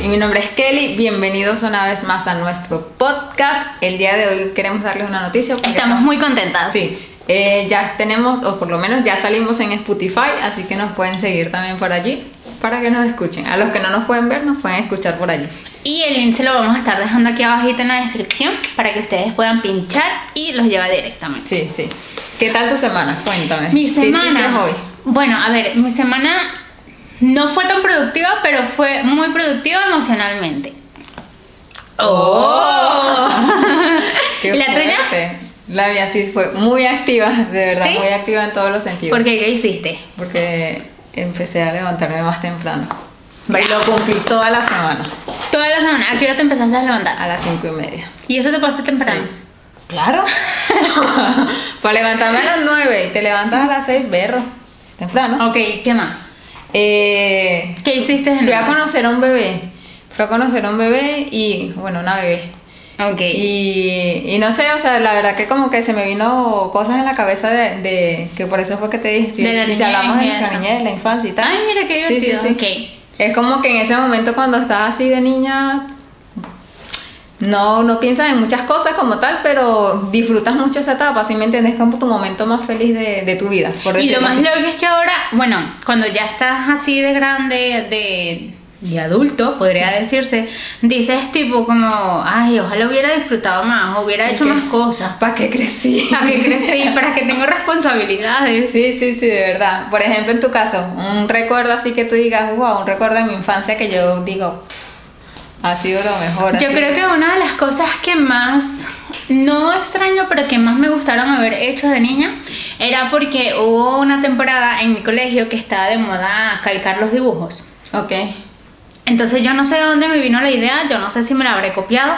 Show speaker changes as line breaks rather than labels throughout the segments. y mi nombre es Kelly. Bienvenidos una vez más a nuestro podcast. El día de hoy queremos darles una noticia. porque
Estamos muy contentas.
Sí, eh, ya tenemos, o por lo menos ya salimos en Spotify, así que nos pueden seguir también por allí para que nos escuchen. A los que no nos pueden ver, nos pueden escuchar por allí.
Y el link se lo vamos a estar dejando aquí abajito en la descripción para que ustedes puedan pinchar y los lleva directamente.
Sí, sí. ¿Qué tal tu semana? Cuéntame.
Mi
¿Qué
semana.
hiciste
Bueno, a ver, mi semana no fue tan productiva, pero fue muy productiva emocionalmente.
¡Oh! hoy?
¿La tuya?
fuerte. La mía sí fue muy activa, de verdad,
¿Sí?
muy activa en todos los sentidos.
¿Por qué? ¿Qué hiciste?
Porque empecé a levantarme más temprano. Y lo cumplí toda la semana,
Toda la semana. ¿A qué hora te empezaste a levantar?
a las cinco y media.
¿Y eso te pasó temprano?
Sí. Claro. Para levantarme a las 9 y te levantas a las 6, berro. Temprano.
Ok, ¿qué más?
Eh,
¿Qué hiciste? de
fui a
nuevo?
conocer a un bebé. Fui a conocer a un bebé y, bueno, una bebé.
Ok.
Y, y no sé, o sea, la verdad que como que se me vino cosas en la cabeza de, de- que por eso fue que te dije, si,
De la
si
niñez
hablamos de
y
nuestra
eso.
niñez, de la infancia y tal.
Ay, mira qué
Sí, sí,
divertido.
sí. Es como que en ese momento cuando estás así de niña, no, no piensas en muchas cosas como tal, pero disfrutas mucho esa etapa, si me entiendes, como tu momento más feliz de, de tu vida, por
Ok. Y lo
decirlo
más
así.
loco es que ahora, bueno, cuando ya estás así de grande, de, de adulto, podría decirse, dices tipo como, ay, ojalá hubiera disfrutado más, hubiera
¿Y
hecho
qué?
más cosas,
¿Para qué crecí?
para que crecí, para que tengo responsabilidades.
Sí, sí, sí, de verdad. Por ejemplo, en tu caso, un recuerdo así que tú digas, wow, un recuerdo de mi infancia que yo digo, "Pff, ha sido lo mejor.
Yo
así".
creo que una de las cosas que más, no extraño, pero que más me gustaron haber hecho de niña, era porque hubo una temporada en mi colegio que estaba de moda calcar los dibujos.
Ok.
Entonces yo no sé de dónde me vino la idea, yo no sé si me la habré copiado.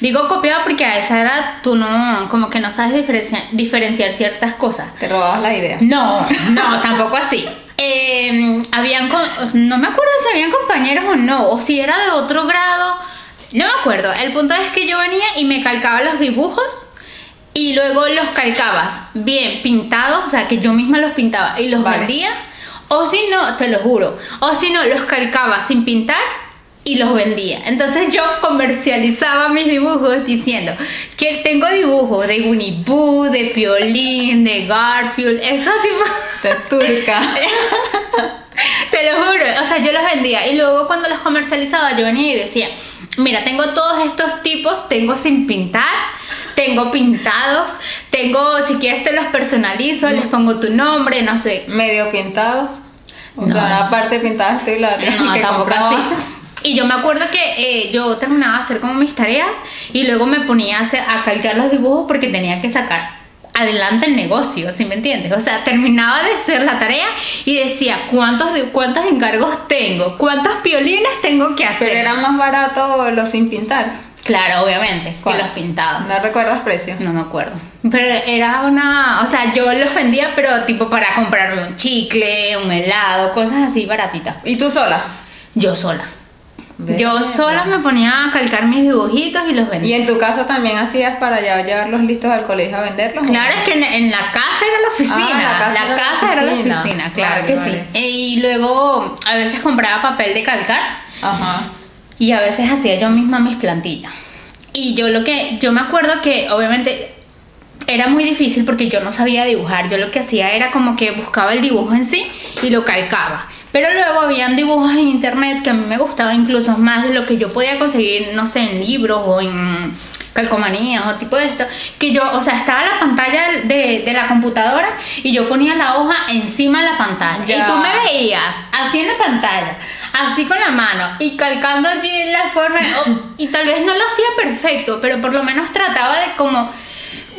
Digo copiado porque a esa edad tú no, como que no sabes diferencia- diferenciar ciertas cosas.
Te robabas la idea.
No, no, tampoco así. Eh, habían, co- no me acuerdo si habían compañeros o no, o si era de otro grado, no me acuerdo. El punto es que yo venía y me calcaba los dibujos y luego los calcabas bien pintados, o sea que yo misma los pintaba y los
Vale.
vendía, o si no, te lo juro, o si no, los calcaba sin pintar. Y los vendía. Entonces yo comercializaba mis dibujos diciendo que tengo dibujos de Winnie Pooh, de Piolín, de Garfield, estos tipos.
Te turca.
Te lo juro, o sea, yo los vendía y luego cuando los comercializaba yo venía y decía, mira, tengo todos estos tipos, tengo sin pintar, tengo pintados, tengo, si quieres te los personalizo, les pongo tu nombre, no sé.
Medio pintados. O
No.
sea, una parte pintada tú y la otra
No,
que
Ah, tampoco
compraba.
así. Y yo me acuerdo que eh, yo terminaba de hacer como mis tareas y luego me ponía a, hacer- a calcar los dibujos porque tenía que sacar adelante el negocio, ¿sí me entiendes? O sea, terminaba de hacer la tarea y decía cuántos, de- cuántos encargos tengo, cuántos piolines tengo que hacer.
Pero era más barato los sin pintar.
Claro, obviamente,
¿Cuál?
que los pintados.
No recuerdas precio.
No me acuerdo. Pero era una, o sea, yo los vendía, pero tipo para comprarme un chicle, un helado, cosas así baratitas.
¿Y tú sola?
Yo sola. Yo
Verga.
sola me ponía a calcar mis dibujitos y los
¿Y
vendía.
en tu caso también hacías para ya llevarlos listos al colegio a venderlos?
Claro, es que en, en la casa era la oficina.
Ah,
la casa, era, la oficina, claro
Vale,
que
vale.
sí. Y luego a veces compraba papel de calcar.
Ajá.
Y a veces hacía yo misma mis plantillas. Y yo lo que, yo me acuerdo que obviamente era muy difícil porque yo no sabía dibujar. Yo lo que hacía era como que buscaba el dibujo en sí y lo calcaba. Pero luego habían dibujos en internet que a mí me gustaba incluso más de lo que yo podía conseguir, no sé, en libros o en calcomanías o tipo de esto. Que yo, o sea, estaba la pantalla de, de la computadora y yo ponía la hoja encima de la pantalla.
Ya.
Y tú me veías veías así en la pantalla, así con la mano y calcando allí la forma o- y tal vez no lo hacía perfecto, pero por lo menos trataba de como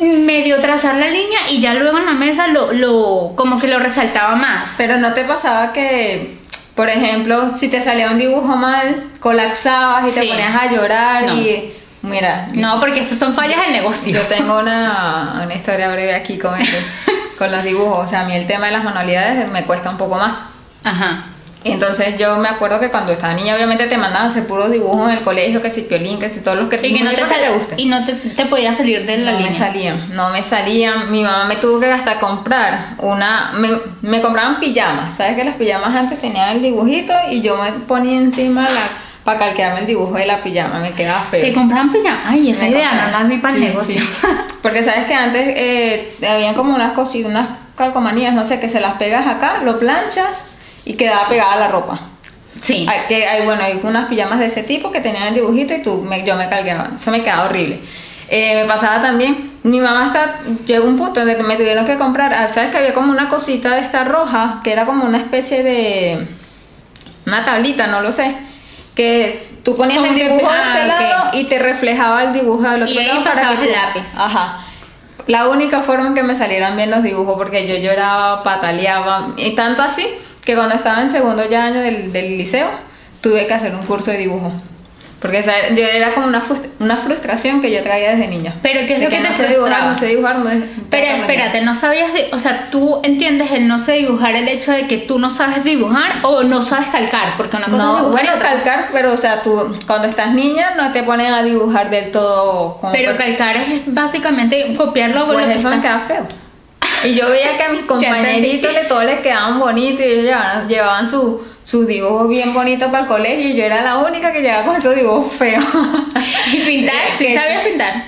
medio trazar la línea y ya luego en la mesa lo, lo como que lo resaltaba más.
Pero no te pasaba que, por ejemplo, si te salía un dibujo mal, colapsabas y te
Sí.
ponías a llorar
No.
y. Mira,
No, porque esas son fallas del negocio.
Yo tengo una, una historia breve aquí con esto, con los dibujos. O sea, a mí el tema de las manualidades me cuesta un poco más.
Ajá.
Entonces yo me acuerdo que cuando estaba niña obviamente te mandaban a hacer puros dibujos en el colegio, que si piolín, que si todos los que
Y que no te,
muñecos
sal-
gusten.
y no te, te podía salir de la
No me
línea.
salían, no me salían. Mi mamá me tuvo que hasta comprar una. Me, me compraban pijamas. ¿Sabes que las pijamas antes tenían el dibujito y yo me ponía encima la, para calquearme el dibujo de la pijama, me quedaba feo.
Te compraban pijama. Ay, esa
Me
idea no
compraba.
la vi para el
Sí,
negocio.
sí. Porque sabes que antes eh, habían como unas cositas, unas calcomanías, no sé, que se las pegas acá, lo planchas y quedaba pegada la ropa.
Sí.
Hay, que, hay, bueno, hay unas pijamas de ese tipo que tenían el dibujito y tú, me- yo me calqueaba. Eso me quedaba horrible. Eh, me pasaba también, mi mamá hasta llegó a un punto donde me tuvieron que comprar, ah, ¿sabes que había como una cosita de esta roja, que era como una especie de, una tablita, no lo sé, que tú ponías
Como
el
que-
dibujo de
ah,
este lado
ok.
y te reflejaba el dibujo del otro
Y ahí
lado.
pasabas
que
el
tú-
lápiz.
Ajá. La única forma en que me salieran bien los dibujos, porque yo lloraba, pataleaba, y tanto así que cuando estaba en segundo ya año del, del liceo, tuve que hacer un curso de dibujo. Porque o sea, yo era como una, frust- una frustración que yo traía desde niña.
Pero, ¿qué es
De
lo que te
no sé dibujar,
frustraba?
no sé dibujar, no es-
Pero
no sé
espérate, ¿no sabías, di- o sea, tú entiendes el no sé dibujar el hecho de que tú no sabes dibujar o no sabes calcar? Porque una cosa es
No,
dibujar
bueno,
y otra cosa-
calcar, pero o sea, tú cuando estás niña no te ponen a dibujar del todo como
Pero
perfecto.
calcar es básicamente copiarlo con
Pues
lo que
eso me
está-
quedaba feo. Y yo veía que a mis
entendí.
compañeritos de todos les quedaban bonitos y ellos llevaban, llevaban su- sus dibujos bien bonitos para el colegio y yo era la única que llegaba con esos dibujos feos.
Y pintar,
Es
sí
que
sabías
sí.
pintar.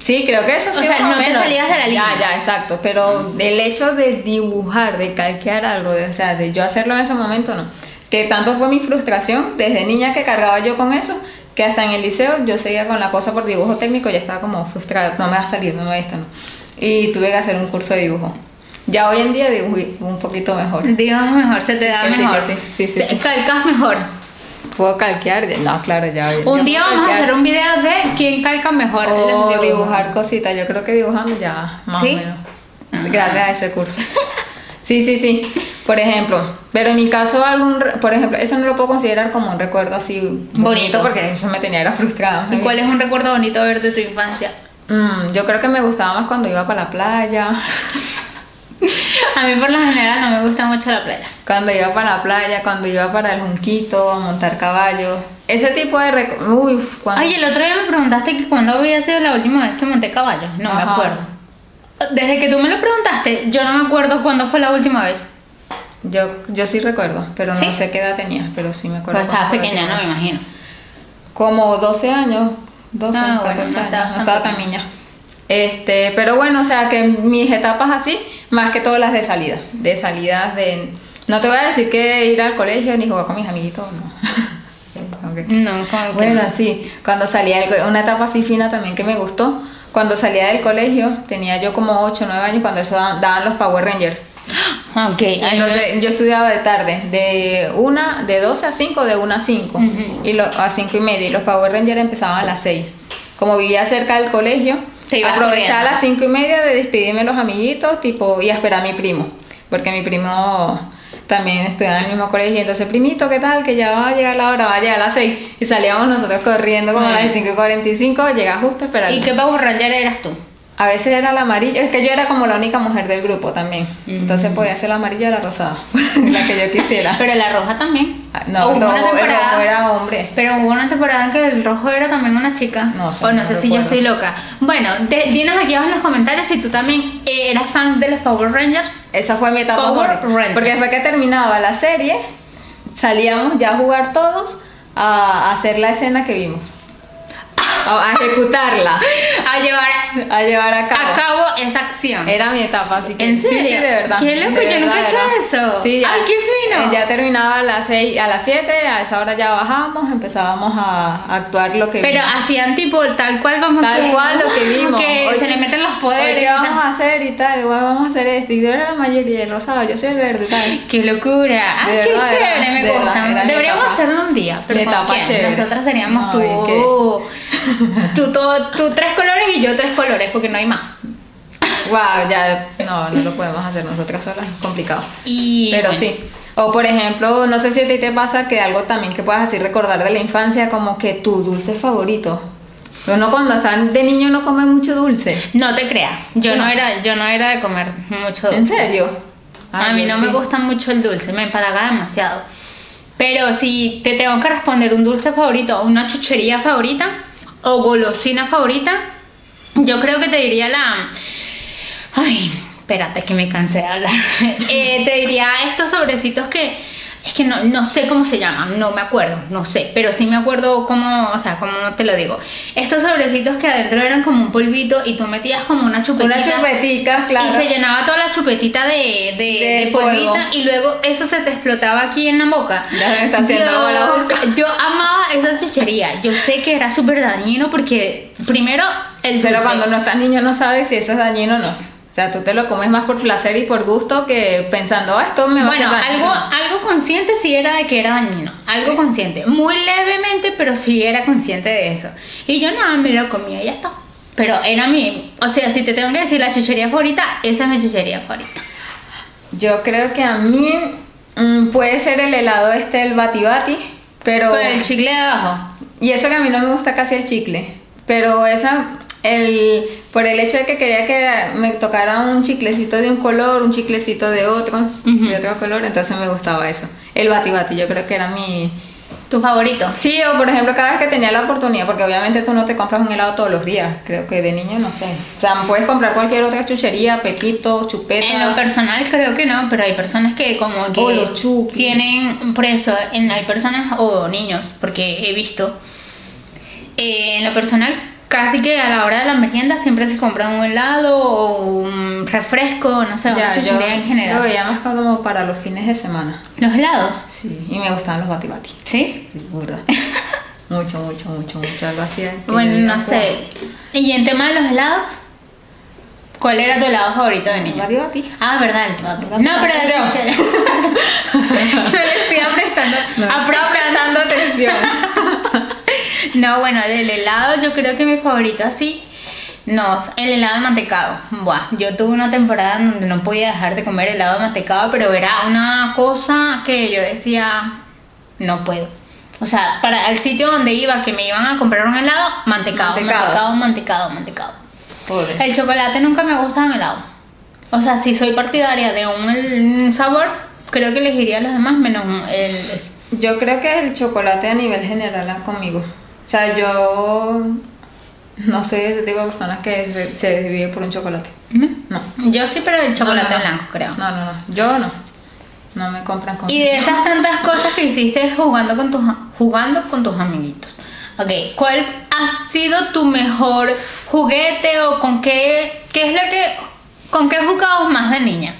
Sí, creo que eso
O
sí.
sea, no
más
te
menos.
salías de la línea.
Ya, ya, exacto. Pero el hecho de dibujar, de calquear algo, de- o sea, de yo hacerlo en ese momento, no. Que tanto fue mi frustración desde niña que cargaba yo con eso, que hasta en el liceo yo seguía con la cosa por dibujo técnico, ya estaba como frustrada, no me va a salir, no me va a esto, no. Y tuve que hacer un curso de dibujo. Ya hoy en día dibujo un poquito mejor.
Digamos mejor, se te da
que sí,
mejor.
que sí, sí,
Se-
sí, sí.
Calcas mejor.
Puedo calquear, ya- no, claro, ya hoy en
Un
puedo Oh.
día vamos a
calquear.
hacer un video de quién calca mejor.
O
los dibujos.
dibujar cositas, yo creo que dibujando ya, más
Oh. ¿Sí? Ah.
o menos. Gracias a ese curso. Sí, sí, sí. Por ejemplo, pero en mi caso algún, re- por ejemplo, eso no lo puedo considerar como un recuerdo así bonito,
Bonito.
porque eso me tenía era frustrada.
¿Y cuál es un recuerdo bonito ver de tu infancia?
Mm, yo creo que me gustaba más cuando iba para la playa.
A mí por lo general no me gusta mucho la playa.
Cuando iba para la playa, cuando iba para el junquito a montar caballos. Ese tipo de rec- uy, uf, cuando-
Ay, el otro día me preguntaste que cuándo había sido la última vez que monté caballo. No me
Ajá.
acuerdo. Desde que tú me lo preguntaste, yo no me acuerdo cuándo fue la última vez.
yo yo sí recuerdo, pero
¿Sí?
no sé qué edad tenía, pero sí me acuerdo.
Pero estabas
cuando-
pequeña, no me imagino.
como 12 años, 12,
Ah, bueno,
14
no
años,
estabas
no estaba
tan
tan niña. Este, pero bueno, o sea que mis etapas así, más que todas las de salida, de salidas de... No te voy a decir que ir al colegio ni jugar con mis amiguitos, no. Ok.
No, como que
Bueno,
no.
sí, cuando salía, del co- una etapa así fina también que me gustó, cuando salía del colegio, tenía yo como 8 9 años cuando eso daban, daban los Power Rangers.
Ah, Ok, ay,
Entonces yo estudiaba de tarde, de una, de 12 a 5, de 1 a 5,
Ujú.
y lo- a 5 y media, y los Power Rangers empezaban a las 6. Como vivía cerca del colegio,
Te ibas
aprovechaba a
corriendo.
las 5 y media de despedirme de los amiguitos tipo, y a esperar a mi primo, porque mi primo también estudiaba en el mismo colegio, y entonces, primito, ¿qué tal? Que ya va a llegar la hora, va a llegar a las 6, y salíamos nosotros corriendo como a
Ay.
las 5 y 45, llegaba justo a esperar.
¿y qué Power Ranger eras tú?
A veces era la amarilla, es que yo era como la única mujer del grupo también.
Mm.
Entonces podía ser la amarilla o la rosada, la que yo quisiera.
Pero la roja también.
Ah, No,
O hubo
rojo,
una
el rojo
temporada-
era hombre.
Pero hubo una temporada en que el rojo era también una chica.
No sé,
o no
no
sé si yo
recuerdo.
estoy loca. Bueno, de- dinos aquí abajo en los comentarios si tú también eh, eras fan de los Power Rangers.
Esa fue mi etapa
Power
favorita.
Rangers.
Porque después que terminaba la serie, salíamos ya a jugar todos a a hacer la escena que vimos. A, a ejecutarla,
A llevar
a llevar a cabo.
a cabo esa acción.
Era mi etapa, así que.
¿En
sí,
serio?
Sí, de verdad.
Qué loco,
de
yo nunca he
verdad,
hecho
verdad.
eso.
Sí, ya.
Ay, qué fino.
Eh, Ya terminaba a las 6, a las 7, a esa hora ya bajábamos, empezábamos a, a actuar lo que
Pero
vimos.
hacían tipo tal cual como
Tal
que,
cual lo que vimos.
Que
Hoy
se
qué-
le meten los
hoy
poderes.
¿Qué
y tal.
vamos a hacer y tal? Bueno, vamos a hacer esto. Y yo era la mayoría, el rosado, yo soy el verde, tal.
Qué locura. Ay,
De
qué
verdad,
chévere,
era-
me
de
gusta.
verdad, era mi
Deberíamos
etapa.
hacerlo un día, pero
Mi
¿con
etapa
quién?
chévere.
Nosotras seríamos
No, ¿y qué?
tú, tú, todo- tú tres colores y yo tres colores, porque no hay más.
Wow, ya no, no lo podemos hacer nosotras solas, es complicado.
Y
Pero
bueno,
sí. O por ejemplo, no sé si a ti te pasa que algo también que puedas así recordar de la infancia, como que tu dulce favorito. Uno cuando está de niño no come mucho dulce.
No te creas, yo no.
No.
era, yo no era de comer mucho
¿En
dulce.
serio?
A
Ay,
mí
yo
no
sí.
me gusta mucho el dulce, me empalaga demasiado. Pero si te tengo que responder un dulce favorito, una chuchería favorita o golosina favorita, yo creo que te diría la... Ay, espérate que me cansé de hablar. Eh, te diría estos sobrecitos que Es que no, no sé cómo se llaman, no me acuerdo, no sé, pero sí me acuerdo cómo, o sea, cómo te lo digo. Estos sobrecitos que adentro eran como un polvito y tú metías como una chupetita.
Una chupetica, claro.
Y se llenaba toda la chupetita de, de,
De
de polvita
polvo.
y luego eso se te explotaba aquí en la boca.
Ya me está haciendo agua la boca.
Yo amaba esa chichería. Yo sé que era súper dañino porque primero el
Pero
dulce.
cuando no estás niño no sabes si eso es dañino o no. O sea, tú te lo comes más por placer y por gusto que pensando, "Ah, esto me va
bueno,
a hacer daño".
algo, algo consciente sí era de que era dañino, algo consciente, muy levemente, pero sí era consciente de eso. Y yo nada, me lo comía y ya está. Pero era mi, o sea, si te tengo que decir la chuchería favorita, esa es mi chuchería favorita.
Yo creo que a mí mm, puede ser el helado este, el batibati, pero...
Con el chicle de abajo.
Y eso que a mí no me gusta casi el chicle, pero esa, el, por el hecho de que quería que me tocara un chiclecito de un color, un chiclecito de otro,
Ujú.
de otro color, entonces me gustaba eso. El bati bati, yo creo que era mi...
Tu favorito.
Sí, o por ejemplo, cada vez que tenía la oportunidad, porque obviamente tú no te compras un helado todos los días, creo que de niño no sé. O sea, puedes comprar cualquier otra chuchería, pepito, chupeta.
En lo personal creo que no, pero hay personas que como que
O los chupis.
tienen por eso, en, hay personas o niños, porque he visto. eh, en lo personal casi que a la hora de la merienda siempre se compra un helado o un refresco, no sé, una
Ya, yo
chuchería en
Lo
general.
veía más como para los fines de semana.
Los helados,
Sí, y me gustaban los bati bati.
¿sí?
Sí, burda. mucho, mucho, mucho, mucho. Algo así. de que yo
Bueno,
diga,
no sé. Y en tema de los helados, ¿cuál era tu helado favorito de
"Wow,
niño?
Bati bati.
Ah, verdad, el tomate.
No,
No, pero
atención.
No le estoy prestando.
Prestando atención.
No, bueno, del helado yo creo que mi favorito así. No, el helado de mantecado. Buah, yo tuve una temporada en donde no podía dejar de comer helado de mantecado, pero era una cosa que yo decía, no puedo. O sea, para el sitio donde iba que me iban a comprar un helado, mantecado,
Mantecado.
mantecado, mantecado, mantecado.
Pobre.
El chocolate nunca me gusta en helado. O sea, si soy partidaria de un, un sabor, creo que elegiría los demás menos el...
Yo creo que el chocolate a nivel general ah, conmigo. O sea, yo no soy de ese tipo de personas que se, se vive por un chocolate. No.
¿Mm? Yo sí, pero el chocolate
No, no, no.
blanco, creo.
No, no, no. Yo no. No me compran con
Y de esas tantas cosas que hiciste jugando con tus jugando con tus amiguitos. Ok, ¿cuál ha sido tu mejor juguete o con qué qué es lo que con qué jugabas más de niña?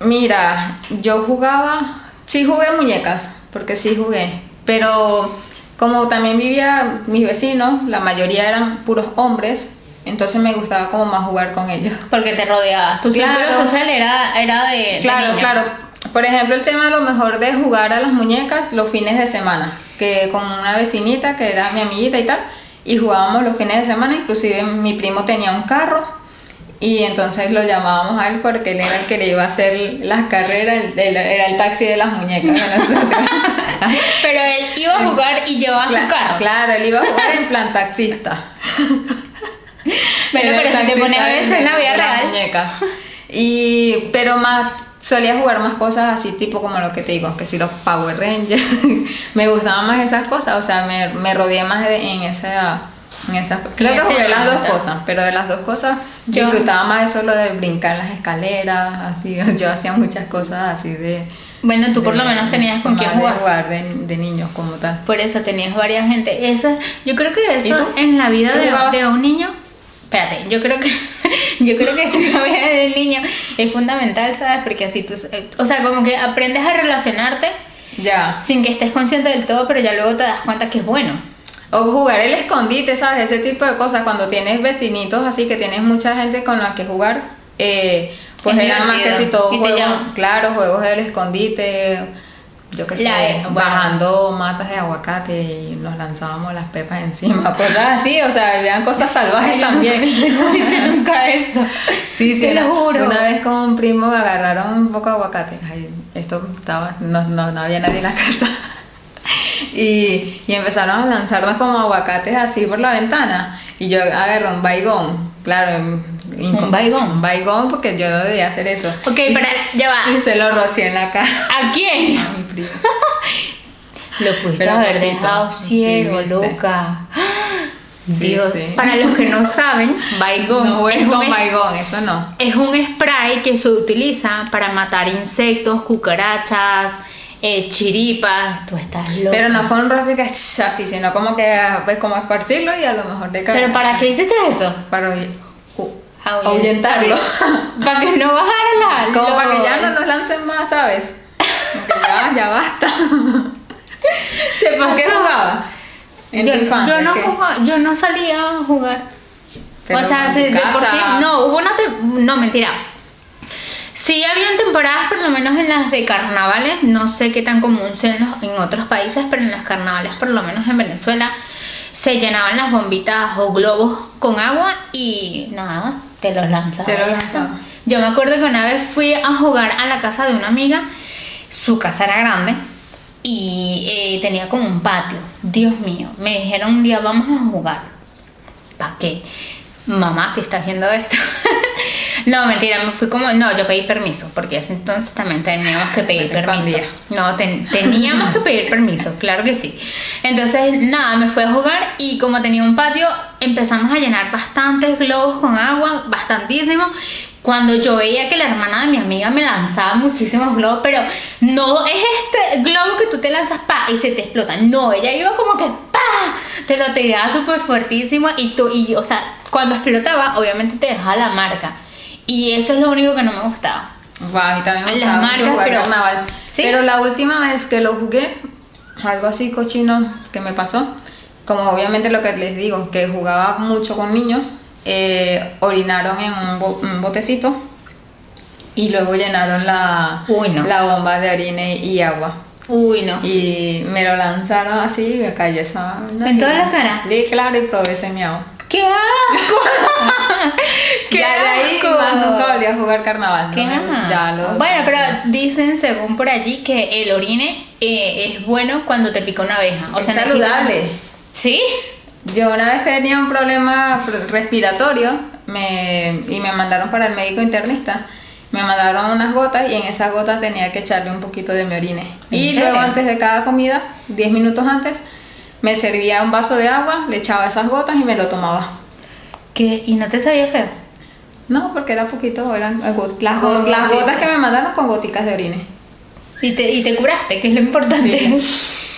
Mira, yo jugaba, sí jugué muñecas, porque sí jugué, pero como también vivía mis vecinos, la mayoría eran puros hombres, entonces me gustaba como más jugar con ellos.
Porque te rodeabas. Tu
Claro.
círculo social era era de de
Claro,
niños.
claro. Por ejemplo, el tema a lo mejor de jugar a las muñecas los fines de semana, que con una vecinita que era mi amiguita y tal, y jugábamos los fines de semana, inclusive mi primo tenía un carro y entonces lo llamábamos a él porque él era el que le iba a hacer las carreras, él era el taxi de las muñecas de nosotros.
Pero él iba a jugar y llevaba
Cla-
su carro.
Claro, él iba a jugar en plan taxista.
Bueno,
Era el
pero si te
taxista
pones a ver
de-
eso en la vida
de las
real.
muñecas. Y, pero más, solía jugar más cosas así, tipo como lo que te digo, que si los Power Rangers, me gustaban más esas cosas, o sea, me, me rodeé más de- en esa... En esas, creo que
ese
jugué las dos
ámbito.
cosas, pero de las dos cosas
Yo-
disfrutaba más eso, lo de brincar las escaleras, así, yo hacía muchas cosas así de...
Bueno, tú por
de-
lo menos tenías con quién
más de
jugar.
de, de niños como tal.
Por eso tenías varias gente. Eso, yo creo que
¿Y
eso
tú?
en la vida
¿Tú
de,
jugabas?
de un niño. Espérate, yo creo que yo creo que eso en la vida del niño es fundamental, ¿sabes? Porque así tú, eh, o sea, como que aprendes a relacionarte
Ya.
sin que estés consciente del todo, pero ya luego te das cuenta que es bueno.
O jugar el escondite, ¿sabes? Ese tipo de cosas. Cuando tienes vecinitos así, que tienes mucha gente con la que jugar, eh, pues
Es
era más que
divertido.
si todos
Y te
juegos,
llaman.
claro, juegos del escondite, yo qué sé,
La- eh, bueno.
bajando matas de aguacate y nos lanzábamos las pepas encima, cosas así, o sea, habían cosas salvajes
Ay, yo
también.
nunca- No hice nunca eso.
Sí, sí,
Te
era-
lo juro.
una vez con un primo agarraron un poco de aguacate. Ay, esto estaba, no, no, no había nadie en la casa. Y, y empezaron a lanzarnos como aguacates así por la ventana. Y yo agarré un baigón, claro.
¿Un baigón?
Un baigón porque yo no debía hacer eso.
Ok,
Y
para-
se-
ya va.
Y se lo rocié en la cara
¿A quién?
a mi primo.
Lo pudiste
Pero
haber
poquito.
dejado
Sí,
ciego,
viste.
loca.
Sí,
Dios,
sí.
para los que no saben, Baigón
No
es,
juegues
un
pues, con
es-
Maigón, eso no.
es un spray que se utiliza para matar insectos, cucarachas, eh, chiripas. Tú estás loca.
Pero no fue un roce que sh- así, sino como que pues como esparcirlo y a lo mejor de cara.
¿Pero para qué hiciste eso?
Para oy- u-
Ahuyent-
ahuyentarlo.
Para que no bajara la.
como
lo-
para que ya no nos lancen más, ¿sabes? Como que ya, ya basta.
se pasó.
¿Qué jugabas? En
yo,
tu infancia,
yo no
¿qué?
jugaba- yo no salía a jugar.
Pero
o sea,
en
se-
tu
de por
casa.
sí. No, hubo una. tem- No, mentira. Sí, habían temporadas, por lo menos en las de carnavales. No sé qué tan común sea en, los- en otros países, pero en los carnavales, por lo menos en Venezuela, se llenaban las bombitas o globos con agua y nada, te los lanzaban.
Te los
y ya
lanzaban.
está. Yo me acuerdo que una vez fui a jugar a la casa de una amiga. Su casa era grande y eh, tenía como un patio. Dios mío, me dijeron un día vamos a jugar. ¿Para qué? Mamá, si estás viendo esto. no, mentira, me fui como. No, yo pedí permiso, porque ese entonces también teníamos que pedir
Se te
permiso.
escondía.
No, ten- teníamos que pedir permiso, claro que sí. Entonces, nada, me fui a jugar y como tenía un patio, empezamos a llenar bastantes globos con agua, bastantísimo. Cuando yo veía que la hermana de mi amiga me lanzaba muchísimos globos, pero no es este globo que tú te lanzas pa y se te explota. No, ella iba como que pa, te lo tiraba súper fuertísimo y tú, y, o sea, cuando explotaba, obviamente te dejaba la marca. Y eso es lo único que no me gustaba.
Guau, a mí también me
Las
gustaba mucho
marcas,
jugar
pero-
carnaval.
¿Sí?
Pero la última vez que lo jugué, algo así cochino que me pasó, como obviamente lo que les digo, que jugaba mucho con niños, eh, orinaron en un, bo- un botecito y luego llenaron la,
Uy, no.
la bomba de harina y, y agua.
Uy, no.
Y me lo lanzaron así y me cayó esa...
¿En toda la cara?
Sí, claro, y probé ese miau.
¡Qué asco! ¡Qué
ya de ahí
asco!
más nunca volví a jugar carnaval. ¿no?
¿Qué?
Ya lo-
Bueno, pero dicen según por allí que el orine eh, es bueno cuando te pica una abeja. O
Es
sea, no
saludable.
sirve- ¿Sí?
Yo una vez tenía un problema pr- respiratorio me, y me mandaron para el médico internista. Me mandaron unas gotas y en esas gotas tenía que echarle un poquito de mi orine.
¿En
Y
serio?
luego antes de cada comida, 10 minutos antes, me servía un vaso de agua, le echaba esas gotas y me lo tomaba.
¿Qué? ¿Y no te sabía feo?
No, porque era poquito, eran eh, go- las, go-
Con
las gotas
gotitas.
que me mandaron con goticas de orine.
Y te, y te curaste, que es lo importante.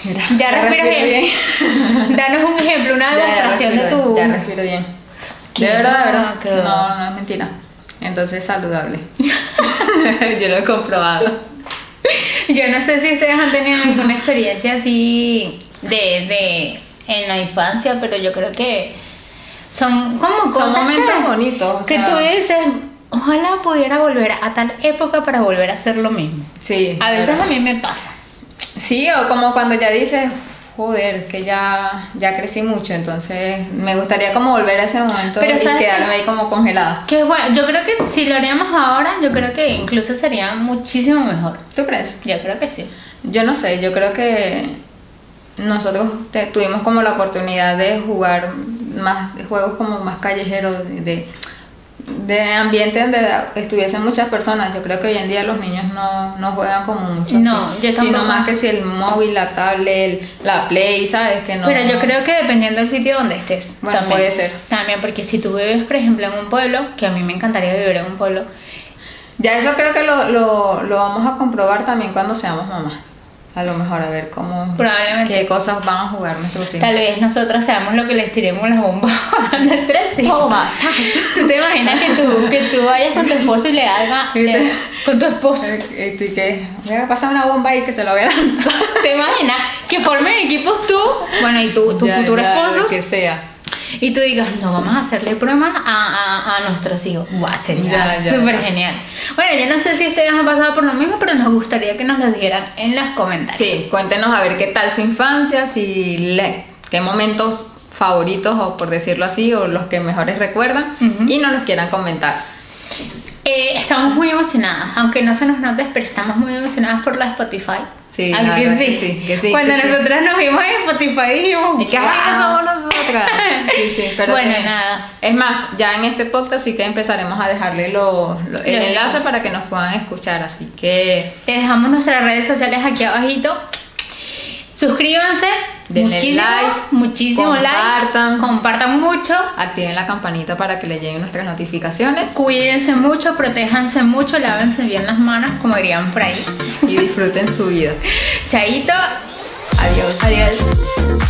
Mira,
Ya respiras
respiro
bien. Danos un ejemplo, una
Ya, ya
demostración de
respiro
tu...
bien, Ya respiro bien.
Qué
de verdad, de
loco.
verdad. No, no es mentira. Entonces saludable. Yo lo he comprobado.
Yo no sé si ustedes han tenido alguna experiencia así de, de en la infancia, pero yo creo que son como
Son
cosas
momentos
que,
bonitos. o
que
sea,
tú dices, ojalá pudiera volver a tal época para volver a hacer lo mismo.
Sí.
A veces
verdad.
a mí me pasa.
Sí, o como cuando ya dices, joder, que ya, ya crecí mucho, entonces me gustaría como volver a ese momento
Pero
y
¿sabes qué?
quedarme ahí como congelada.
Que bueno, yo creo que si lo haríamos ahora, yo creo que incluso sería muchísimo mejor.
¿Tú crees?
Yo creo que sí.
Yo no sé, yo creo que nosotros te- tuvimos como la oportunidad de jugar más juegos como más callejeros, de, de, de ambiente donde estuviesen muchas personas. Yo creo que hoy en día los niños no, no juegan como mucho.
No,
así,
yo
Sino
tampoco.
más que si el móvil, la tablet, el- la play, ¿sabes? Que no,
Pero yo creo que dependiendo del sitio donde estés.
Bueno,
también.
puede ser.
También, porque si tú vives, por ejemplo, en un pueblo, que a mí me encantaría vivir en un pueblo,
Ya eso creo que lo, lo, lo vamos a comprobar también cuando seamos mamás. A lo mejor a ver cómo...
Probablemente.
¿Qué cosas van a jugar nuestros hijos?
Tal vez nosotros seamos lo que les tiremos las bombas a nuestros hijos.
Toma.
¿Tú te imaginas que tú, que tú vayas con tu esposo y le hagas le- con tu esposo?
Eh, Y que voy a pasar una bomba ahí que se la voy a lanzar.
¿Te imaginas que formen equipos tú, bueno, y tu, tu
Ya,
futuro
ya,
esposo,
lo Que sea.
y tú digas, no, vamos a hacerle pruebas a, a, a nuestros hijos? ¡Guau, sería
Ya, ya,
súper
ya.
genial! Bueno, yo no sé si ustedes han pasado por lo mismo, pero nos gustaría que nos lo dijeran en los comentarios.
Sí, cuéntenos a ver qué tal su infancia, si le- qué momentos favoritos, o por decirlo así, o los que mejores recuerdan,
Ujú.
y nos los quieran comentar.
Eh, estamos muy emocionadas, aunque no se nos note, pero estamos muy emocionadas por la Spotify.
Sí,
Ay,
la
que
verdad
sí.
que sí, que sí,
Cuando
sí, sí.
nosotras nos vimos en Spotify dijimos,
¿Y qué
"Guau".
amigas somos nosotras? Sí, sí, pero
Bueno,
que-
nada.
Es más, ya en este podcast sí que empezaremos a dejarle lo- lo- el
Los
enlace
links.
para que nos puedan escuchar, así que
Te dejamos nuestras redes sociales aquí abajito. Suscríbanse,
Denle
muchísimo,
like,
muchísimo
compartan.
like, compartan mucho,
Activen la campanita para que les lleguen nuestras notificaciones
cuídense mucho, protéjanse mucho, lávense bien las manos, como dirían por ahí.
y disfruten su vida.
Chaito,
Adiós.
adiós.